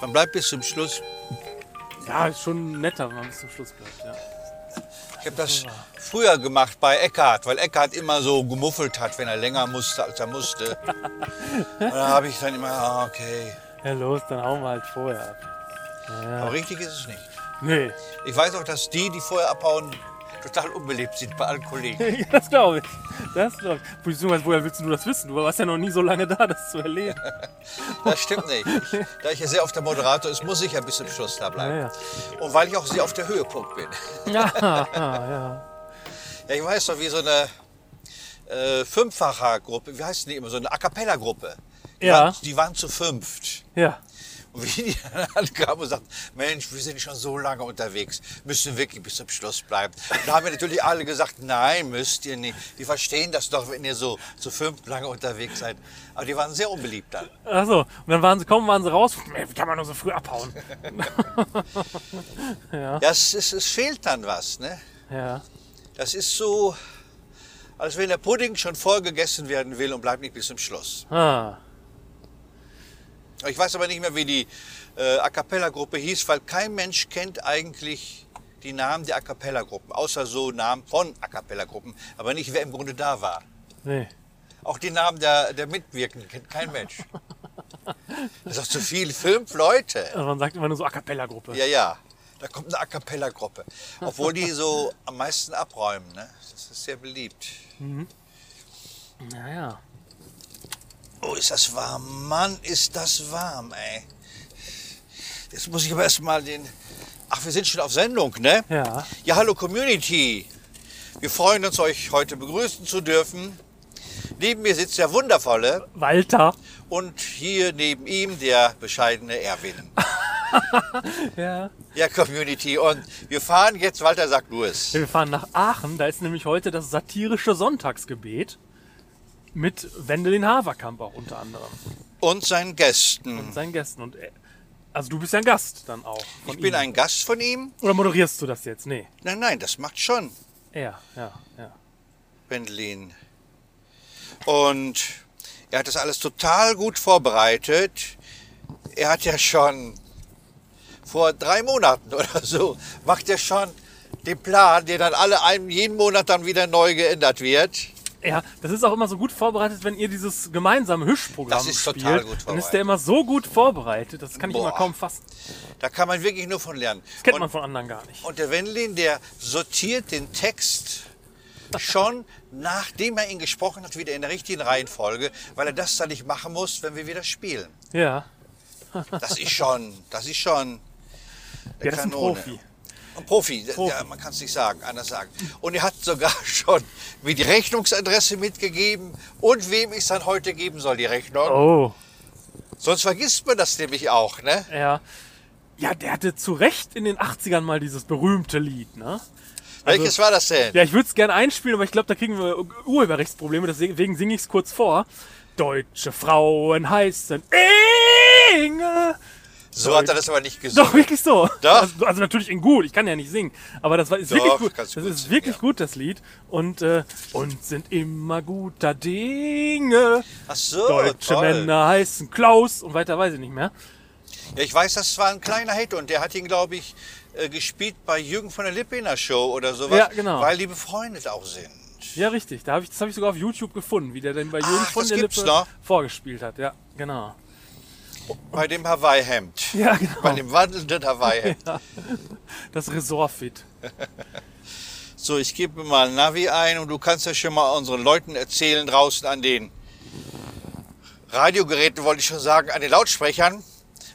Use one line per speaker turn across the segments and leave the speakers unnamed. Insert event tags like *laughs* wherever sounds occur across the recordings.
Man bleibt bis zum Schluss.
Ja, ist schon netter, wenn man bis zum Schluss bleibt. Ja.
Ich habe das früher gemacht bei Eckhart, weil Eckhart immer so gemuffelt hat, wenn er länger musste, als er
*laughs*
musste. Und da habe ich dann immer, ah, okay.
ja, los, dann hauen wir halt vorher ab.
Aber richtig ist es nicht.
Nee,
Ich weiß auch, dass die, die vorher abhauen, total unbelebt sind bei allen Kollegen.
Ja, *laughs* das glaube ich. Das glaube ich. Beziehungsweise, woher willst du das wissen? Du warst ja noch nie so lange da, das zu *laughs* erleben.
Das stimmt nicht. Ich, da ich ja sehr oft der Moderator ist, muss ich ja bis zum Schluss da bleiben.
Ja,
Und weil ich auch sehr auf der Höhepunkt bin.
Ja, ja.
Ja, ich weiß doch, wie so eine äh, Fünffacher-Gruppe, wie heißt die immer, so eine A Cappella-Gruppe. Die,
Ja.
waren, die waren zu fünft.
Ja,
Und wie die *laughs* dann ankamen und sagten, Mensch, wir sind schon so lange unterwegs, müssen wirklich bis zum Schluss bleiben. Und da haben wir natürlich alle gesagt, nein, müsst ihr nicht. Die verstehen das doch, wenn ihr so zu fünf lange unterwegs seid. Aber die waren sehr unbeliebt dann.
Achso, und dann waren sie, kommen, waren sie raus. Ey, Wie kann man nur so früh abhauen?
Ja, es, es, es fehlt dann was, ne?
Ja,
Das ist so, als wenn der Pudding schon vorgegessen werden will und bleibt nicht bis zum Schluss.
ah,
Ich weiß aber nicht mehr, wie die äh, A Cappella-Gruppe hieß, weil kein Mensch kennt eigentlich die Namen der A Cappella-Gruppen, außer so Namen von A Cappella-Gruppen, aber nicht, wer im Grunde da war.
nee.
Auch die Namen der, der Mitwirkenden kennt kein Mensch. Das ist auch zu viel. Fünf Leleute.
Also man sagt immer nur so A Cappella-Gruppe.
Ja, ja. Da kommt eine A Cappella-Gruppe. Obwohl die so am meisten abräumen. Ne? Das ist sehr beliebt.
Naja.
Oh, ist das warm. Mann, ist das warm, ey. Jetzt muss ich aber erstmal den... Ach, wir sind schon auf Sendung, ne?
Ja.
Ja, hallo Community. Wir freuen uns, euch heute begrüßen zu dürfen. Neben mir sitzt der wundervolle
Walter.
Und hier neben ihm der bescheidene
*laughs*
Erwin.
Ja.
Ja, Community. Und wir fahren jetzt, Walter sagt Louis.
Wir fahren nach Aachen. Da ist nämlich heute das satirische Sonntagsgebet. Mit Wendelin Haverkamp auch unter anderem.
Und seinen Gästen.
Seinen Gästen. Und äh, also du bist ja ein Gast dann auch. von
Ich bin
ihm.
ein Gast von ihm.
Oder moderierst du das jetzt? Nee.
Nein, nein, das macht schon
Ja, ja, ja.
Wendelin. Und er hat das alles total gut vorbereitet. Er hat ja schon vor drei Monaten *laughs* oder so, macht er schon den Plan, der dann alle einem, jeden Monat dann wieder neu geändert wird.
Ja, das ist auch immer so gut vorbereitet, wenn ihr dieses gemeinsame Hüsch-Programm
Das ist
spielt.
total gut
dann ist
vorbereitet.
der immer so gut vorbereitet, das kann ich
Boah.
immer kaum fassen.
Da kann man wirklich nur von lernen.
Das kennt
Und
man von anderen gar nicht.
Und der Wendlin, der sortiert den Text schon, nachdem er ihn gesprochen hat, wieder in der richtigen Reihenfolge, weil er das dann nicht machen muss, wenn wir wieder spielen.
Ja,
Das ist schon, das ist schon
der ist ein Profi.
Ein Profi, Ja, man kann es nicht sagen, anders sagen. Und er hat sogar *laughs* schon mir die Rechnungsadresse mitgegeben und wem ich es dann heute geben soll, die Rechnung.
Oh,
Sonst vergisst man das nämlich auch, ne?
ja. Ja, der hatte zu Recht in den 80ern mal dieses berühmte Lied, ne?
Welches war das denn?
Ja, ich würde es gerne einspielen, aber ich glaube, da kriegen wir Ur- Urheberrechtsprobleme, deswegen singe ich es kurz vor. Deutsche Frauen heißen Inge.
so hat er das aber nicht
Doch,
gesungen.
wirklich so.
Doch.
Also, also natürlich in gut, ich kann ja nicht singen. Aber das war, ist
Doch,
wirklich gut. Das
kannst du gut
ist
singen,
wirklich
ja.
gut, das Lied. Und, äh, und sind immer guter Dinge.
Ach so,
Deutsche
Oh, toll.
Männer heißen Klaus und weiter weiß ich nicht mehr.
Ja, ich weiß, das war ein kleiner Hit und der hat ihn, glaube ich, äh, gespielt bei Jürgen von der Lippe in der Show oder sowas,
Ja, genau.
weil die befreundet auch sind.
Ja, richtig. Da hab ich, das habe ich sogar auf YouTube gefunden, wie der denn bei Jürgen
Ach,
von
das
der
gibt's
Lippe
noch.
vorgespielt hat. Ja, genau.
Bei dem Hawaii-Hemd.
Ja, genau.
Bei dem wandelnden Hawaii-Hemd.
Das Ressortfit.
So, ich gebe mir mal Navi ein und du kannst ja schon mal unseren Leuten erzählen draußen an den Radiogeräten, wollte ich schon sagen, an den Lautsprechern,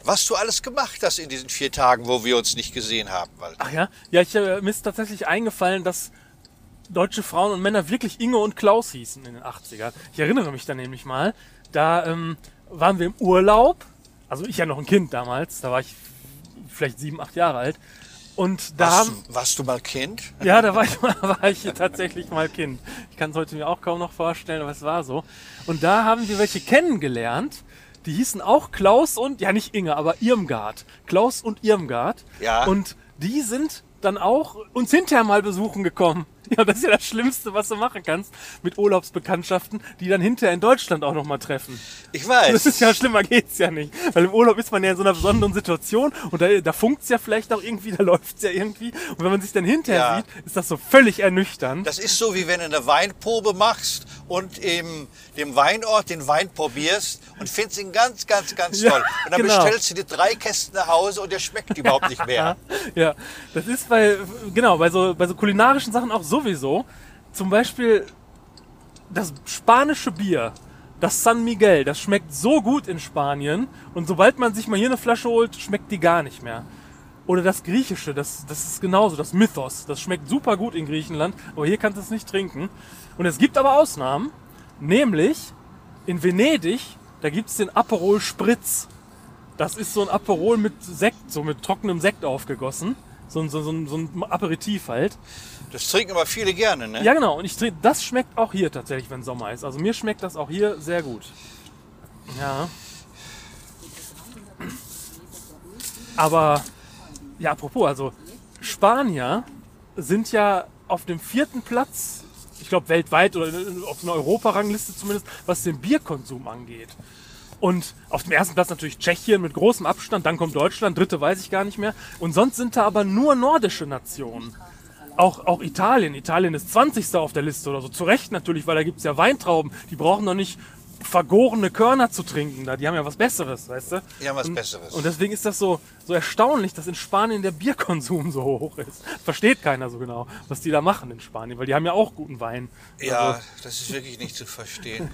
was du alles gemacht hast in diesen vier Tagen, wo wir uns nicht gesehen haben. Weil
Ach ja? Ja, ich, äh, mir ist tatsächlich eingefallen, dass deutsche Frauen und Männer wirklich Inge und Klaus hießen in den 80ern. Ich erinnere mich da nämlich mal, da ähm, waren wir im Urlaub, also ich ja noch ein Kind damals, da war ich vielleicht sieben, acht Jahre alt. Und da
warst,
haben,
du, warst du mal Kind?
ja, da war ich, mal, *laughs* war ich tatsächlich mal Kind. Ich kann es heute mir auch kaum noch vorstellen, aber es war so. Und da haben wir welche kennengelernt. Die hießen auch Klaus und, ja nicht Inge, aber Irmgard. Klaus und Irmgard.
Ja.
Und die sind dann auch uns hinterher mal besuchen gekommen *laughs* Ja, das ist ja das Schlimmste, was du machen kannst mit Urlaubsbekanntschaften, die dann hinterher in Deutschland auch nochmal treffen.
Ich weiß.
Das *laughs* ist ja schlimmer geht's ja nicht. Weil im Urlaub ist man ja in so einer besonderen Situation und da, da funkt's ja vielleicht auch irgendwie, *laughs* da läuft's ja irgendwie. Und wenn man sich dann hinterher
Ja.
sieht, ist das so völlig ernüchternd.
Das ist so, wie wenn du eine Weinprobe machst und im, dem Weinort den Wein probierst und findest ihn ganz, ganz, ganz
Ja,
toll. Und dann
genau.
bestellst du dir drei Kästen nach Hause und der schmeckt überhaupt nicht
*laughs*
mehr.
ja, das ist bei, genau, bei so, bei so kulinarischen Sachen auch sowieso. Zum Beispiel das spanische Bier, das San Miguel, das schmeckt so gut in Spanien und sobald man sich mal hier eine Flasche holt, schmeckt die gar nicht mehr. Oder das griechische, das, das ist genauso, das Mythos, das schmeckt super gut in Griechenland, aber hier kannst du es nicht trinken. Und es gibt aber Ausnahmen, nämlich in Venedig, da gibt es den Aperol Spritz. Das ist so ein Aperol mit Sekt, so mit trockenem Sekt aufgegossen. So ein, so, so ein, so ein Aperitif halt.
Das trinken aber viele gerne, ne?
Ja, genau. Und ich trinke, das schmeckt auch hier tatsächlich, wenn Sommer ist. Also mir schmeckt das auch hier sehr gut. Ja. Aber, ja, apropos, also Spanier sind ja auf dem vierten Platz, ich glaube weltweit oder auf einer Europarangliste zumindest, was den Bierkonsum angeht. Und auf dem ersten Platz natürlich Tschechien mit großem Abstand, dann kommt Deutschland, dritte weiß ich gar nicht mehr. Und sonst sind da aber nur nordische Nationen. Auch, auch Italien. Italien ist 20. auf der Liste oder so. Zu Recht natürlich, weil da gibt's ja Weintrauben. Die brauchen doch nicht vergorene Körner zu trinken. Da. Die haben ja was Besseres, weißt du?
Die haben was
und,
Besseres.
Und deswegen ist das so, so erstaunlich, dass in Spanien der Bierkonsum so hoch ist. Versteht keiner so genau, was die da machen in Spanien, weil die haben ja auch guten Wein. Also,
Ja, das ist wirklich nicht zu verstehen.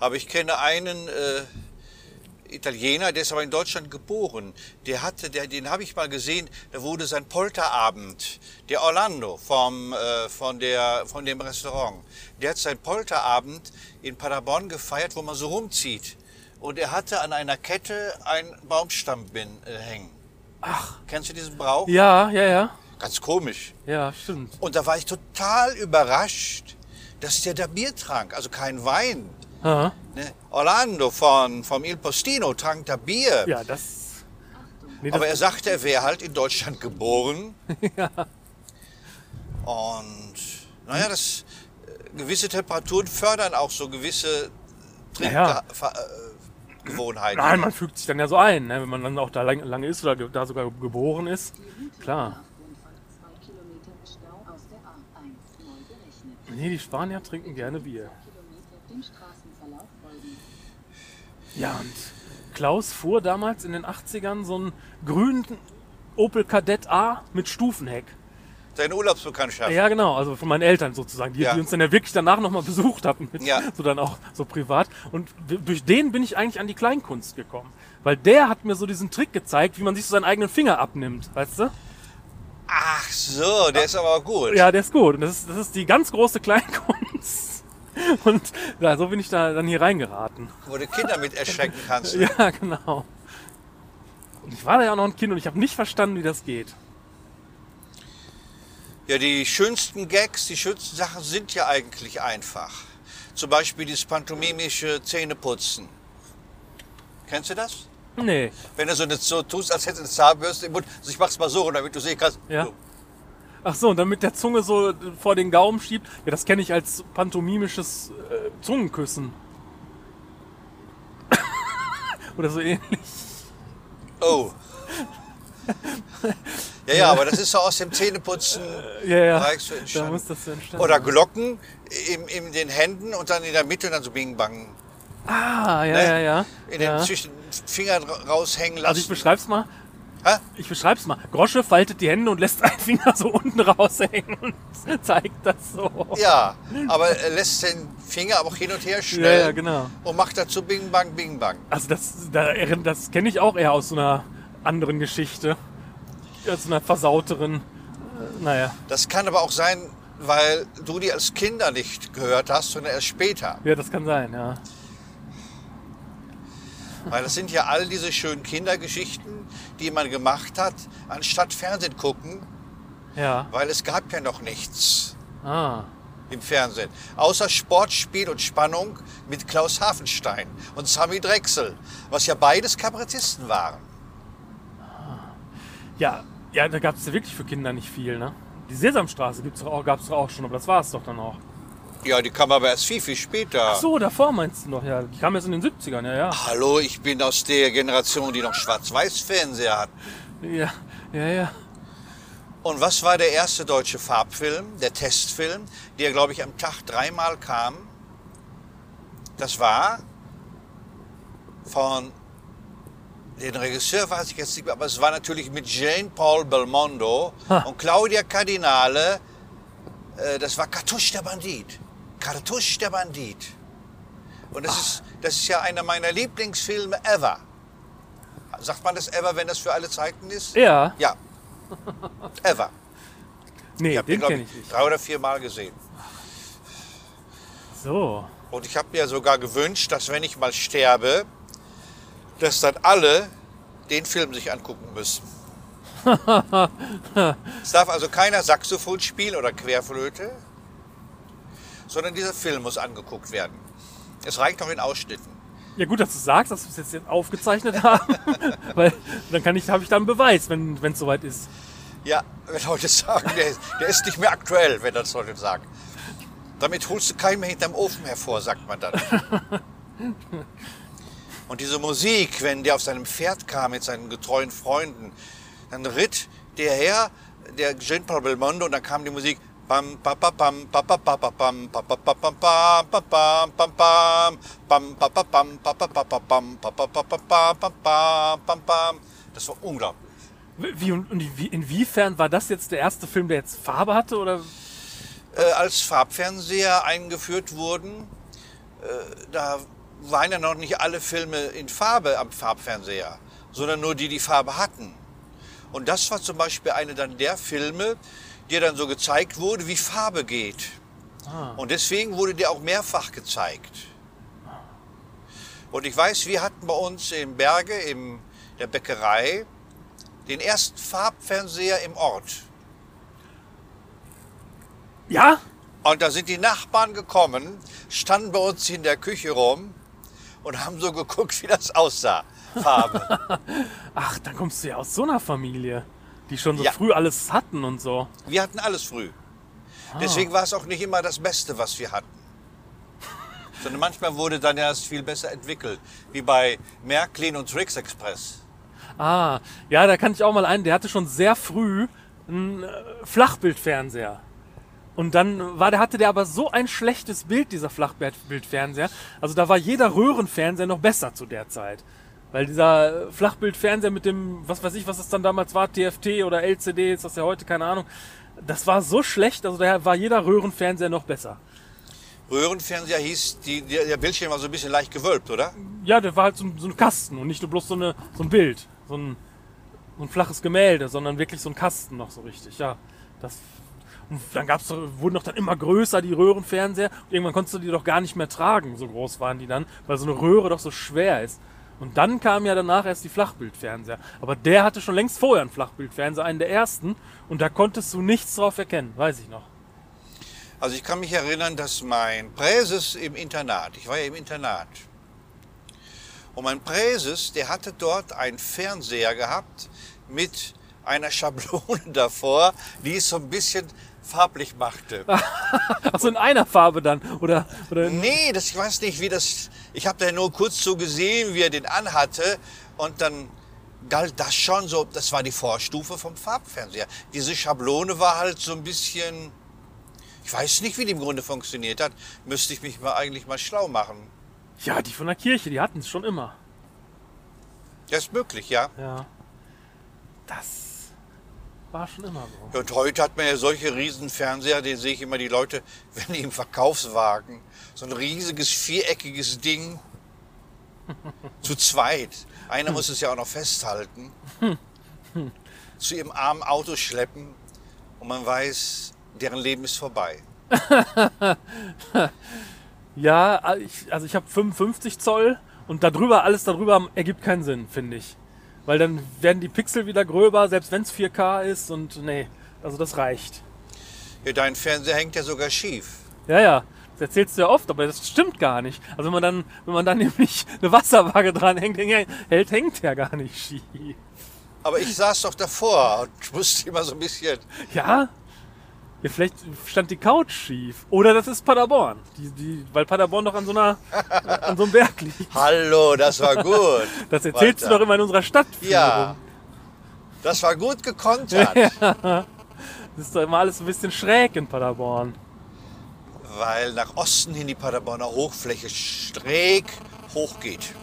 Aber ich kenne einen äh, Italiener, der ist aber in Deutschland geboren. Der hatte, der, den habe ich mal gesehen, da wurde sein Polterabend, der Orlando vom, äh, von, der, von dem Restaurant, der hat seinen Polterabend in Paderborn gefeiert, wo man so rumzieht. Und er hatte an einer Kette einen Baumstamm bin, äh, hängen. Ach. Kennst du diesen Brauch?
Ja, ja, ja.
Ganz komisch.
Ja, stimmt.
Und da war ich total überrascht, dass der da Bier trank, also kein Wein.
Aha.
Ne? Orlando von, vom Il Postino trank da Bier.
Ja, das. Nee, das
Aber er sagte, er wäre halt in Deutschland
*laughs*
geboren. Und naja, das, äh, gewisse Temperaturen fördern auch so gewisse äh,
Ja.
Trinkgewohnheiten.
Nein, man fügt sich dann ja so ein, ne? wenn man dann auch da lang, lange ist oder ge- da sogar ge- geboren ist. Klar. Nee, die Spanier trinken gerne Bier. Ja, und Klaus fuhr damals in den 80ern so einen grünen Opel Kadett A mit Stufenheck.
Seine Urlaubsbekanntschaft.
Ja, genau, also von meinen Eltern sozusagen, die,
Ja.
die uns dann ja wirklich danach nochmal besucht hatten, *laughs* mit,
Ja.
so dann auch so privat. Und w- durch den bin ich eigentlich an die Kleinkunst gekommen. Weil der hat mir so diesen Trick gezeigt, wie man sich so seinen eigenen Finger abnimmt, weißt du?
Ach so, der ist aber gut.
Ja, der ist gut. Und das ist, das ist die ganz große Kleinkunst. *laughs* Und ja, so bin ich da dann
*laughs*
hier reingeraten.
Wo du Kinder mit erschrecken kannst.
Ja, genau. Und ich war da ja auch noch ein Kind und ich habe nicht verstanden, wie das geht.
Ja, die schönsten Gags, die schönsten Sachen sind ja eigentlich einfach. Zum Beispiel dieses pantomimische Zähneputzen. Kennst du das?
Nee.
Wenn du so, eine, so tust, als hättest du eine Zahnbürste im Mund. Also ich mach's mal so, damit du sehen kannst.
Ja.
So.
Ach so, und dann mit der Zunge so äh, vor den Gaumen schiebt. Ja, das kenne ich als pantomimisches äh, Zungenküssen. *laughs* Oder so ähnlich. *laughs*
Oh. Ja, ja, aber das ist so aus dem Zähneputzen.
*laughs* Ja, ja.
Reichst du in
Da
Stand.
muss das so entstanden.
Oder Glocken in, in den Händen und dann in der Mitte und dann so bing bang.
ah, ja,
ne?
ja, ja.
In
ja.
den zwischen den Fingern ra- raushängen lassen.
Also ich beschreib's mal.
Hä?
Ich beschreib's mal. Grosche faltet die Hände und lässt einen *laughs* Finger so unten raushängen und *laughs* zeigt das so.
Ja, aber er lässt den Finger aber auch hin und her
Ja,
schnell.
ja, genau.
Und macht dazu Bing Bang, Bing Bang.
Also das, da, erinn- das kenne ich auch eher aus so einer anderen Geschichte. Aus so einer versauteren. Äh, naja.
Das kann aber auch sein, weil du die als Kinder nicht gehört hast, sondern erst später.
Ja, das kann sein, ja.
Weil das sind ja all diese schönen Kindergeschichten, die man gemacht hat, anstatt Fernsehen gucken,
Ja.
weil es gab ja noch nichts
Ah.
im Fernsehen. Außer Sportspiel und Spannung mit Klaus Hafenstein und Sami Drechsel, was ja beides Kabarettisten waren.
Ja, ja da gab es ja wirklich für Kinder nicht viel, ne? Die Sesamstraße gibt's doch auch, gab's doch auch schon, aber das war es doch dann auch.
Ja, die kam aber erst viel, viel später.
Ach so, davor meinst du noch, ja. Die kam jetzt in den 70ern, ja, ja.
Hallo, ich bin aus der Generation, die noch Schwarz-Weiß-Fernseher hat.
Ja, ja, ja.
Und was war der erste deutsche Farbfilm, der Testfilm, der, glaube ich, am Tag dreimal kam? Das war von den Regisseur weiß ich jetzt nicht mehr, aber es war natürlich mit Jane Paul Belmondo
Ha.
und Claudia Cardinale. äh, Das war Kartusch der Bandit. Kartusch der Bandit. Und das ist, das ist ja einer meiner Lieblingsfilme ever. Sagt man das ever, wenn das für alle Zeiten ist?
Ja,
Ja. Ever.
nee,
Ich habe den,
den
glaube
kenne
ich,
ich nicht.
drei oder vier Mal gesehen.
So.
Und ich habe mir sogar gewünscht, dass wenn ich mal sterbe, dass dann alle den Film sich angucken
*laughs*
müssen. es darf also keiner Saxophon spielen oder Querflöte, sondern dieser Film muss angeguckt werden. Es reicht auch in Ausschnitten.
Ja gut, dass du sagst, dass wir es jetzt hier aufgezeichnet haben, *laughs* weil dann kann ich, habe ich da einen Beweis, wenn es soweit ist.
Ja, wenn Leute sagen, der ist, der ist nicht mehr aktuell, wenn das Leute sagen. Damit holst du keinen mehr hinterm Ofen hervor, sagt man dann. Und diese Musik, wenn der auf seinem Pferd kam mit seinen getreuen Freunden, dann ritt der her, der Jean Paul Belmondo, und dann kam die Musik. Pam, pa, pa, pam, pa, pa, pa, pa, pam, pa, pa, pa, pam, pam, pa, pam, pam, pam, pam, pa, pa, pam, pa, pa, pa, pa, pam, pa, pa, pa, pa, pa, pam, pam, pam, pam. Das war unglaublich.
Wie und und wie, inwiefern war das jetzt der erste Film, der jetzt Farbe hatte oder
äh, als Farbfernseher eingeführt wurden, äh, da waren ja noch nicht alle Filme in Farbe am Farbfernseher, sondern nur die, die Farbe hatten. Und das war zum Beispiel eine dann der Filme, der dann so gezeigt wurde, wie Farbe geht. Und deswegen wurde der auch mehrfach gezeigt. Und ich weiß, wir hatten bei uns in Berge, in der Bäckerei, den ersten Farbfernseher im Ort.
Ja?
Und da sind die Nachbarn gekommen, standen bei uns in der Küche rum und haben so geguckt, *laughs* wie das aussah. Farbe.
Ach, dann kommst du ja aus so einer Familie, die schon so
Ja.
früh alles hatten und so.
Wir hatten alles früh. Deswegen war es auch nicht immer das Beste, was wir hatten. Sondern manchmal wurde dann erst viel besser entwickelt. Wie bei Märklin und Tricks Express.
Ah, ja, da kann ich auch mal einen, der hatte schon sehr früh einen äh, Flachbildfernseher. Und dann war der, hatte der aber so ein schlechtes Bild, dieser Flachbildfernseher. Also da war jeder Röhrenfernseher noch besser zu der Zeit. Weil dieser äh, Flachbildfernseher mit dem, was weiß ich, was es dann damals war, TFT oder LCD, ist das ja heute, keine Ahnung. Das war so schlecht, also daher war jeder Röhrenfernseher noch besser.
Röhrenfernseher hieß, die, der der Bildschirm war so ein bisschen leicht gewölbt, oder?
Ja, der war halt so, ein- so ein Kasten und nicht nur bloß so, eine, so ein Bild, so ein, so ein flaches Gemälde, sondern wirklich so ein Kasten noch so richtig, ja. Das, und dann gab's, doch- wurden doch dann immer größer, die Röhrenfernseher. Und irgendwann konntest du die doch gar nicht mehr tragen, so groß waren die dann, weil so eine Röhre doch so schwer ist. Und dann kam ja danach erst die Flachbildfernseher. Aber der hatte schon längst vorher einen Flachbildfernseher, einen der ersten. Und da konntest du nichts drauf erkennen, weiß ich noch.
Also ich kann mich erinnern, dass mein Präses im Internat, ich war ja im Internat, und mein Präses, der hatte dort einen Fernseher gehabt mit einer *laughs* Schablone davor, die es so ein bisschen farblich machte.
Achso, Also in einer Farbe dann, oder? oder in,
Nee, das, ich weiß nicht, wie das. Ich habe da nur kurz so gesehen, wie er den anhatte. Und dann galt das schon so. Das war die Vorstufe vom Farbfernseher. Diese Schablone war halt so ein bisschen. Ich weiß nicht, wie die im Grunde funktioniert hat. Müsste ich mich mal eigentlich mal schlau machen.
ja, die von der Kirche, die hatten's schon immer.
Das ist möglich, ja.
Ja. Das war schon immer so.
Und heute hat man ja solche riesen Fernseher, den sehe ich immer die Leute, *laughs* wenn die im Verkaufswagen. So ein riesiges, viereckiges
*laughs*
Ding. Zu zweit. Einer muss es ja auch noch
*laughs*
festhalten. Zu ihrem armen Auto schleppen. Und man weiß, deren Leben ist vorbei.
Ja, a- ich, also ich habe 55 Zoll und darüber, alles darüber ergibt keinen Sinn, finde ich. Weil dann werden die Pixel wieder gröber, selbst wenn es 4K ist und nee, also das reicht.
Ja, dein Fernseher hängt ja sogar schief.
Ja, ja. Das erzählst du ja oft, aber das stimmt gar nicht. Also wenn man dann, wenn man dann *laughs* nämlich eine Wasserwaage dran hängt, hängt- hält, hängt der gar nicht schief.
*laughs* Aber ich saß doch davor und musste immer so ein bisschen.
Ja? Ja, vielleicht stand die Couch schief. Oder das ist Paderborn. Die, die, weil Paderborn doch an
*laughs*
so einer, an so einem Berg liegt.
Hallo, das war gut.
*laughs* Das erzählst du
Walter.
doch immer in unserer Stadt.
Ja. Das war gut
*laughs*
gekontert.
Das ist doch immer alles ein bisschen schräg in Paderborn.
Weil nach Osten hin die Paderborner Hochfläche schräg hochgeht.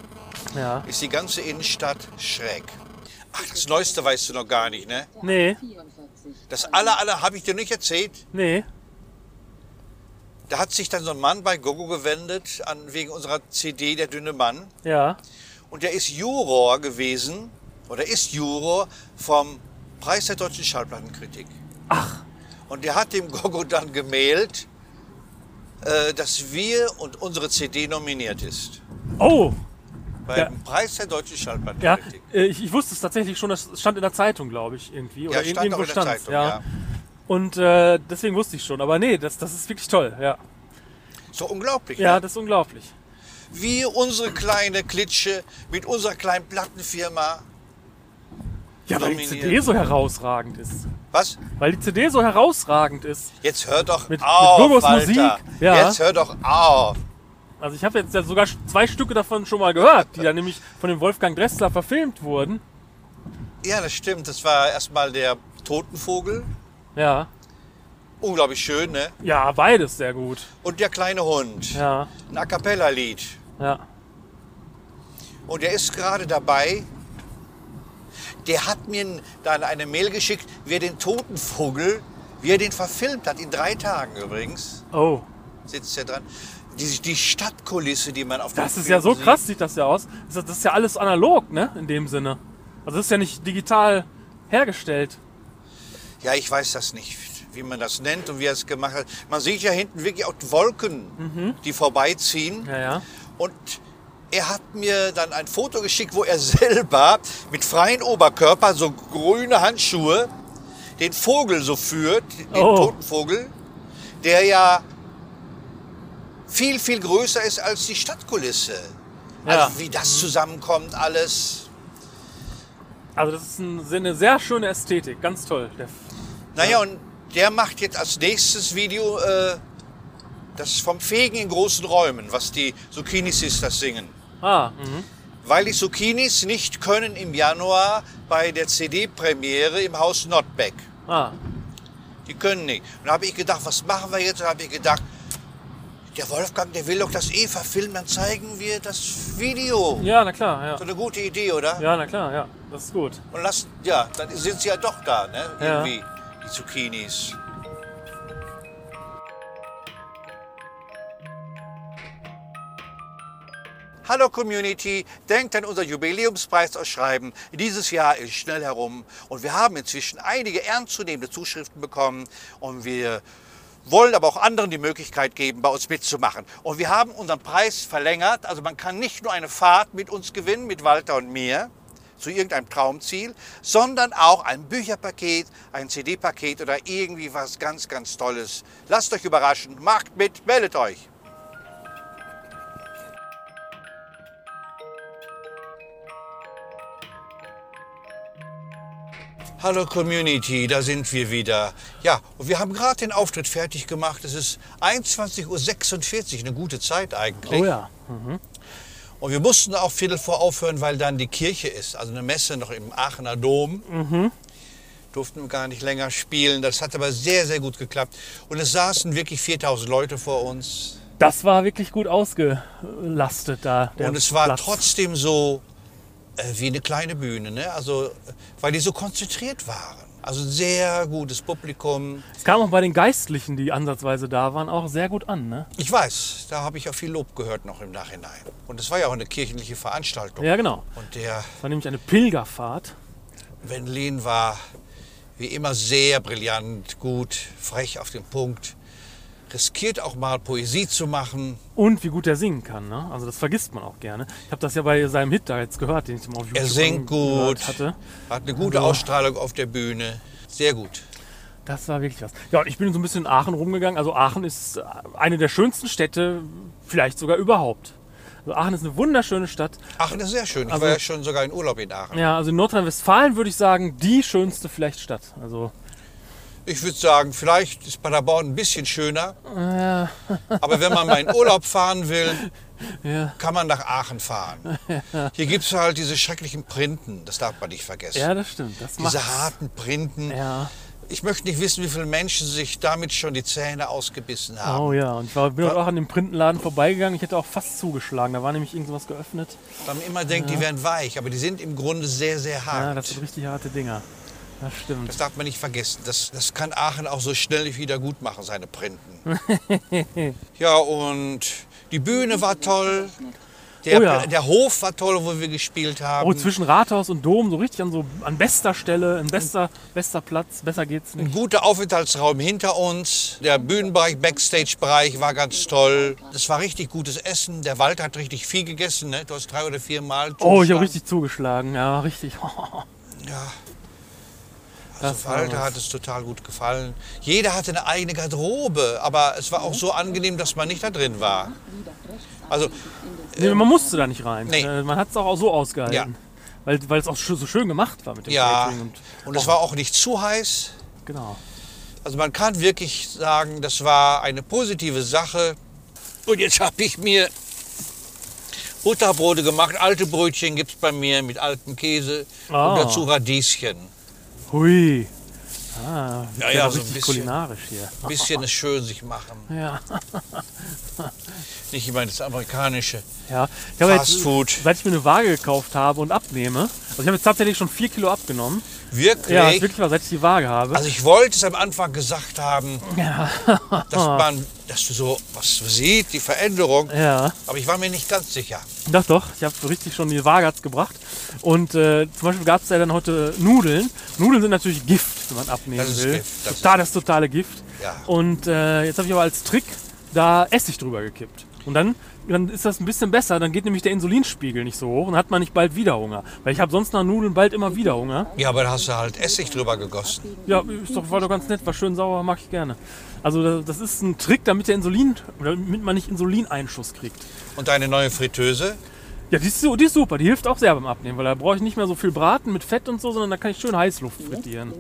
Ja.
Ist die ganze Innenstadt schräg. Ach, das Neueste weißt du noch gar nicht, ne?
Nee.
Das aller, aller habe ich dir nicht erzählt.
Nee.
Da hat sich dann so ein Mann bei Gogo gewendet, an, wegen unserer CD, der dünne Mann.
Ja.
Und der ist Juror gewesen, oder ist Juror vom Preis der deutschen Schallplattenkritik. Ach. Und der hat dem Gogo dann gemailt, äh, dass wir und unsere CD nominiert ist.
Oh!
Beim
Ja.
Preis der deutschen
Ja,
Schallplattenkritik.
äh, ich, ich wusste es tatsächlich schon, das stand in der Zeitung, glaube ich, irgendwie. Oder
stand auch
irgendwo
in der
stand's,
Zeitung,
ja.
ja.
Und äh, deswegen wusste ich schon. Aber nee, das, das ist wirklich toll, ja.
So unglaublich.
Ja,
Ne?
das ist unglaublich.
Wir, unsere kleine Klitsche mit unserer kleinen Plattenfirma.
Ja, weil die
Nominiert.
CD so herausragend ist.
Was?
Weil die CD so herausragend ist.
Jetzt hör doch
Mit- mit
auf.
Gogos
Walter.
Musik, ja.
Jetzt hör doch auf.
Also ich habe jetzt ja sogar sch- zwei Stücke davon schon mal gehört, die dann nämlich von dem Wolfgang Dressler verfilmt wurden.
Ja, das stimmt. Das war erstmal der Totenvogel.
Ja.
Unglaublich schön, ne?
Ja, beides sehr gut.
Und der kleine Hund.
Ja.
Ein A cappella-Lied.
Ja.
Und er ist gerade dabei. Der hat mir dann eine Mail geschickt, wer den Totenvogel, wie er den verfilmt hat, in drei Tagen übrigens.
Oh.
sitzt ja dran. Die, die Stadtkulisse, die man auf dem
Das ist
Film
ja so
sieht.
krass, sieht das ja aus. Das ist das ist ja alles analog, ne? In dem Sinne. Also das ist ja nicht digital hergestellt.
Ja, ich weiß das nicht, wie man das nennt und wie er es gemacht hat. Man sieht ja hinten wirklich auch Wolken,
Mhm.
die vorbeiziehen.
Ja, ja.
Und er hat mir dann ein Foto geschickt, wo er *laughs* selber mit freiem Oberkörper, so grüne Handschuhe, den Vogel so führt, den
Oh.
Totenvogel, der ja viel, viel größer ist als die Stadtkulisse.
Ja.
Also wie das zusammenkommt alles.
Also das ist ein, eine sehr schöne Ästhetik. Ganz toll. Der,
Naja, und der macht jetzt als nächstes Video äh, das vom Fegen in großen Räumen, was die Zucchini Sisters singen.
ah, mhm.
Weil die Zucchinis nicht können im Januar bei der CD-Premiere im Haus Notback.
ah.
Die können nicht. Und da habe ich gedacht, was machen wir jetzt? Und da habe ich gedacht, der Wolfgang, der will doch das eh verfilmen, dann zeigen wir das Video.
Ja, na klar, ja.
So eine gute Idee, oder?
Ja, na klar, ja. Das ist gut.
Und lassen, ja, dann sind sie ja doch da, ne?
Ja.
Irgendwie, die Zucchinis. Hallo Community, denkt an unser Jubiläumspreisausschreiben. Dieses Jahr ist schnell herum und wir haben inzwischen einige ernstzunehmende Zuschriften bekommen und wir wollen aber auch anderen die Möglichkeit geben, bei uns mitzumachen. Und wir haben unseren Preis verlängert, also man kann nicht nur eine Fahrt mit uns gewinnen, mit Walter und mir zu irgendeinem Traumziel, sondern auch ein Bücherpaket, ein CD-Paket oder irgendwie was ganz, ganz Tolles. Lasst euch überraschen, macht mit, meldet euch. Hallo Community, da sind wir wieder. Ja, und wir haben gerade den Auftritt fertig gemacht. Es ist 21.46 Uhr, eine gute Zeit eigentlich.
Oh ja.
Und wir mussten auch Viertel vor aufhören, weil dann die Kirche ist, also eine Messe noch im Aachener Dom.
Mhm.
Durften wir gar nicht länger spielen. Das hat aber sehr, sehr gut geklappt. Und es saßen wirklich 4000 Leute vor uns.
Das war wirklich gut ausgelastet da. der
und es war
Platz.
trotzdem so äh, wie eine kleine Bühne, ne? also, äh, weil die so konzentriert waren. Also sehr gutes Publikum.
Es kam auch bei den Geistlichen, die ansatzweise da waren, auch sehr gut an, ne?
Ich weiß, da habe ich auch viel Lob gehört noch im Nachhinein. Und es war ja auch eine kirchliche Veranstaltung.
Ja, genau.
Und der
Es war nämlich eine Pilgerfahrt.
Wenlin war wie immer sehr brillant, gut, frech auf den Punkt, riskiert auch mal Poesie zu machen.
Und wie gut er singen kann, ne? Also das vergisst man auch gerne. Ich habe das ja bei seinem Hit da jetzt gehört, den ich mal auf YouTube
Er singt
angehört
gut,
hatte.
hat eine gute
Also-
Ausstrahlung auf der Bühne, sehr gut.
Das war wirklich was. Ja, und ich bin so ein bisschen in Aachen rumgegangen. Also Aachen ist äh, eine der schönsten Städte, vielleicht sogar überhaupt. Also Aachen ist eine wunderschöne Stadt.
Aachen ist sehr schön. Ich
Also-
war ja schon sogar in Urlaub in Aachen.
Ja, also in Nordrhein-Westfalen würde ich sagen, die schönste vielleicht Stadt. Also
Ich würde sagen, vielleicht ist Paderborn ein bisschen schöner. Aber wenn man mal in Urlaub fahren will,
*laughs* Ja.
kann man nach Aachen fahren. Hier gibt es halt diese schrecklichen Printen, das darf man nicht vergessen.
ja, das stimmt. Das macht's.
diese harten Printen.
Ja.
Ich möchte nicht wissen, wie viele Menschen sich damit schon die Zähne ausgebissen haben.
Oh ja, und ich war, bin heute auch an dem Printenladen vorbeigegangen. Ich hätte auch fast zugeschlagen. Da war nämlich irgendwas geöffnet.
Man immer denkt, die wären weich, aber die sind im Grunde sehr, sehr hart.
Ja, Ah, das
das,
sind richtig harte Dinger. Das stimmt.
darf man nicht vergessen. Das, das kann Aachen auch so schnell nicht wieder gut machen, seine
*laughs*
Printen. ja, und die Bühne war toll. Der,
Oh ja.
der Hof war toll, wo wir gespielt haben.
Oh, zwischen Rathaus und Dom, so richtig an so an bester Stelle, an bester, bester Platz, besser geht's
Ein
nicht.
guter Aufenthaltsraum hinter uns. Der Bühnenbereich, Backstage-Bereich war ganz toll. Es war richtig gutes Essen. Der Wald hat richtig viel gegessen. Ne? Du hast drei oder vier Mal.
Oh, ich
zugeschlagen.
habe richtig zugeschlagen, ja, richtig. *laughs*
Ja.
Das
Also
war
Walter
was.
hat es total gut gefallen. Jeder hatte eine eigene Garderobe, aber es war
Mhm.
auch so angenehm, dass man nicht da drin war. Also
Nee, man musste da nicht rein.
nee.
Äh, Man hat es auch so ausgehalten. Weil, weil es auch sch- so schön gemacht war mit dem
ja,
Catering und
und es war auch nicht zu heiß.
genau.
Also man kann wirklich sagen, das war eine positive Sache. Und jetzt habe ich mir Butterbrote gemacht. Alte Brötchen gibt es bei mir mit altem Käse
Ah.
und dazu Radieschen.
Hui. Ah,
Ja,
ja,
ja,
ja,
so ein
richtig
bisschen.
kulinarisch hier.
Ein bisschen es schön sich machen.
Ja.
Nicht, ich meine, das amerikanische.
Ja, ich habe
Fast
jetzt,
Food.
seit ich mir eine Waage gekauft habe und abnehme, also ich habe jetzt tatsächlich schon 4 Kilo abgenommen.
Wirklich?
Ja, ist wirklich war, seit ich die Waage habe.
Also ich wollte es am Anfang gesagt haben, dass
*laughs*
man, dass du so was sieht, die Veränderung.
ja,
Aber ich war mir nicht ganz sicher.
doch, doch, ich habe richtig schon die Waage hat's gebracht. Und äh, zum Beispiel gab es ja dann heute Nudeln. Nudeln sind natürlich Gift, wenn man abnehmen
Das ist
will.
Gift, das ist
Total, das totale Gift.
Ja.
Und äh, jetzt habe ich aber als Trick da Essig drüber gekippt. Und dann, dann ist das ein bisschen besser, dann geht nämlich der Insulinspiegel nicht so hoch und hat man nicht bald wieder Hunger. Weil ich habe sonst nach Nudeln bald immer wieder Hunger.
Ja, aber da hast du halt Essig drüber gegossen.
Ja, ist doch, war doch ganz nett, war schön sauer, mag ich gerne. Also das, das ist ein Trick, damit der Insulin, oder damit man nicht Insulineinschuss kriegt.
Und deine neue Fritteuse?
Ja, die ist, so- die ist super, die hilft auch sehr beim Abnehmen, weil da brauche ich nicht mehr so viel braten mit Fett und so, sondern da kann ich schön Heißluft frittieren.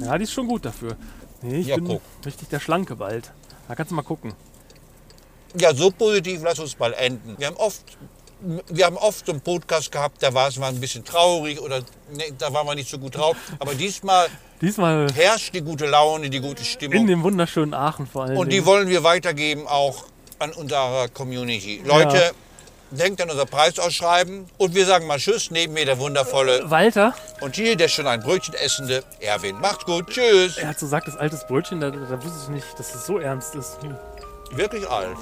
Ja, die ist schon gut dafür. Nee, ich
Ja,
bin
guck.
richtig der Schlanke bald. Da kannst du mal gucken.
Ja, so positiv, lass uns mal enden. Wir haben oft, wir haben oft so einen Podcast gehabt, da war es mal ein bisschen traurig oder nee, da waren wir nicht so gut drauf. Aber diesmal
Diesmal
herrscht die gute Laune, die gute
in
Stimmung.
dem wunderschönen Aachen vor allem.
Und die wollen wir weitergeben auch an unsere Community. Leute, denkt an unser Preisausschreiben und wir sagen mal Tschüss, neben mir der wundervolle
Walter,
und hier der schon ein Brötchen essende Erwin. Macht's gut, tschüss.
er hat so gesagt, das altes Brötchen, da, da wusste ich nicht, dass es so ernst ist. Hm.
Wirklich alt.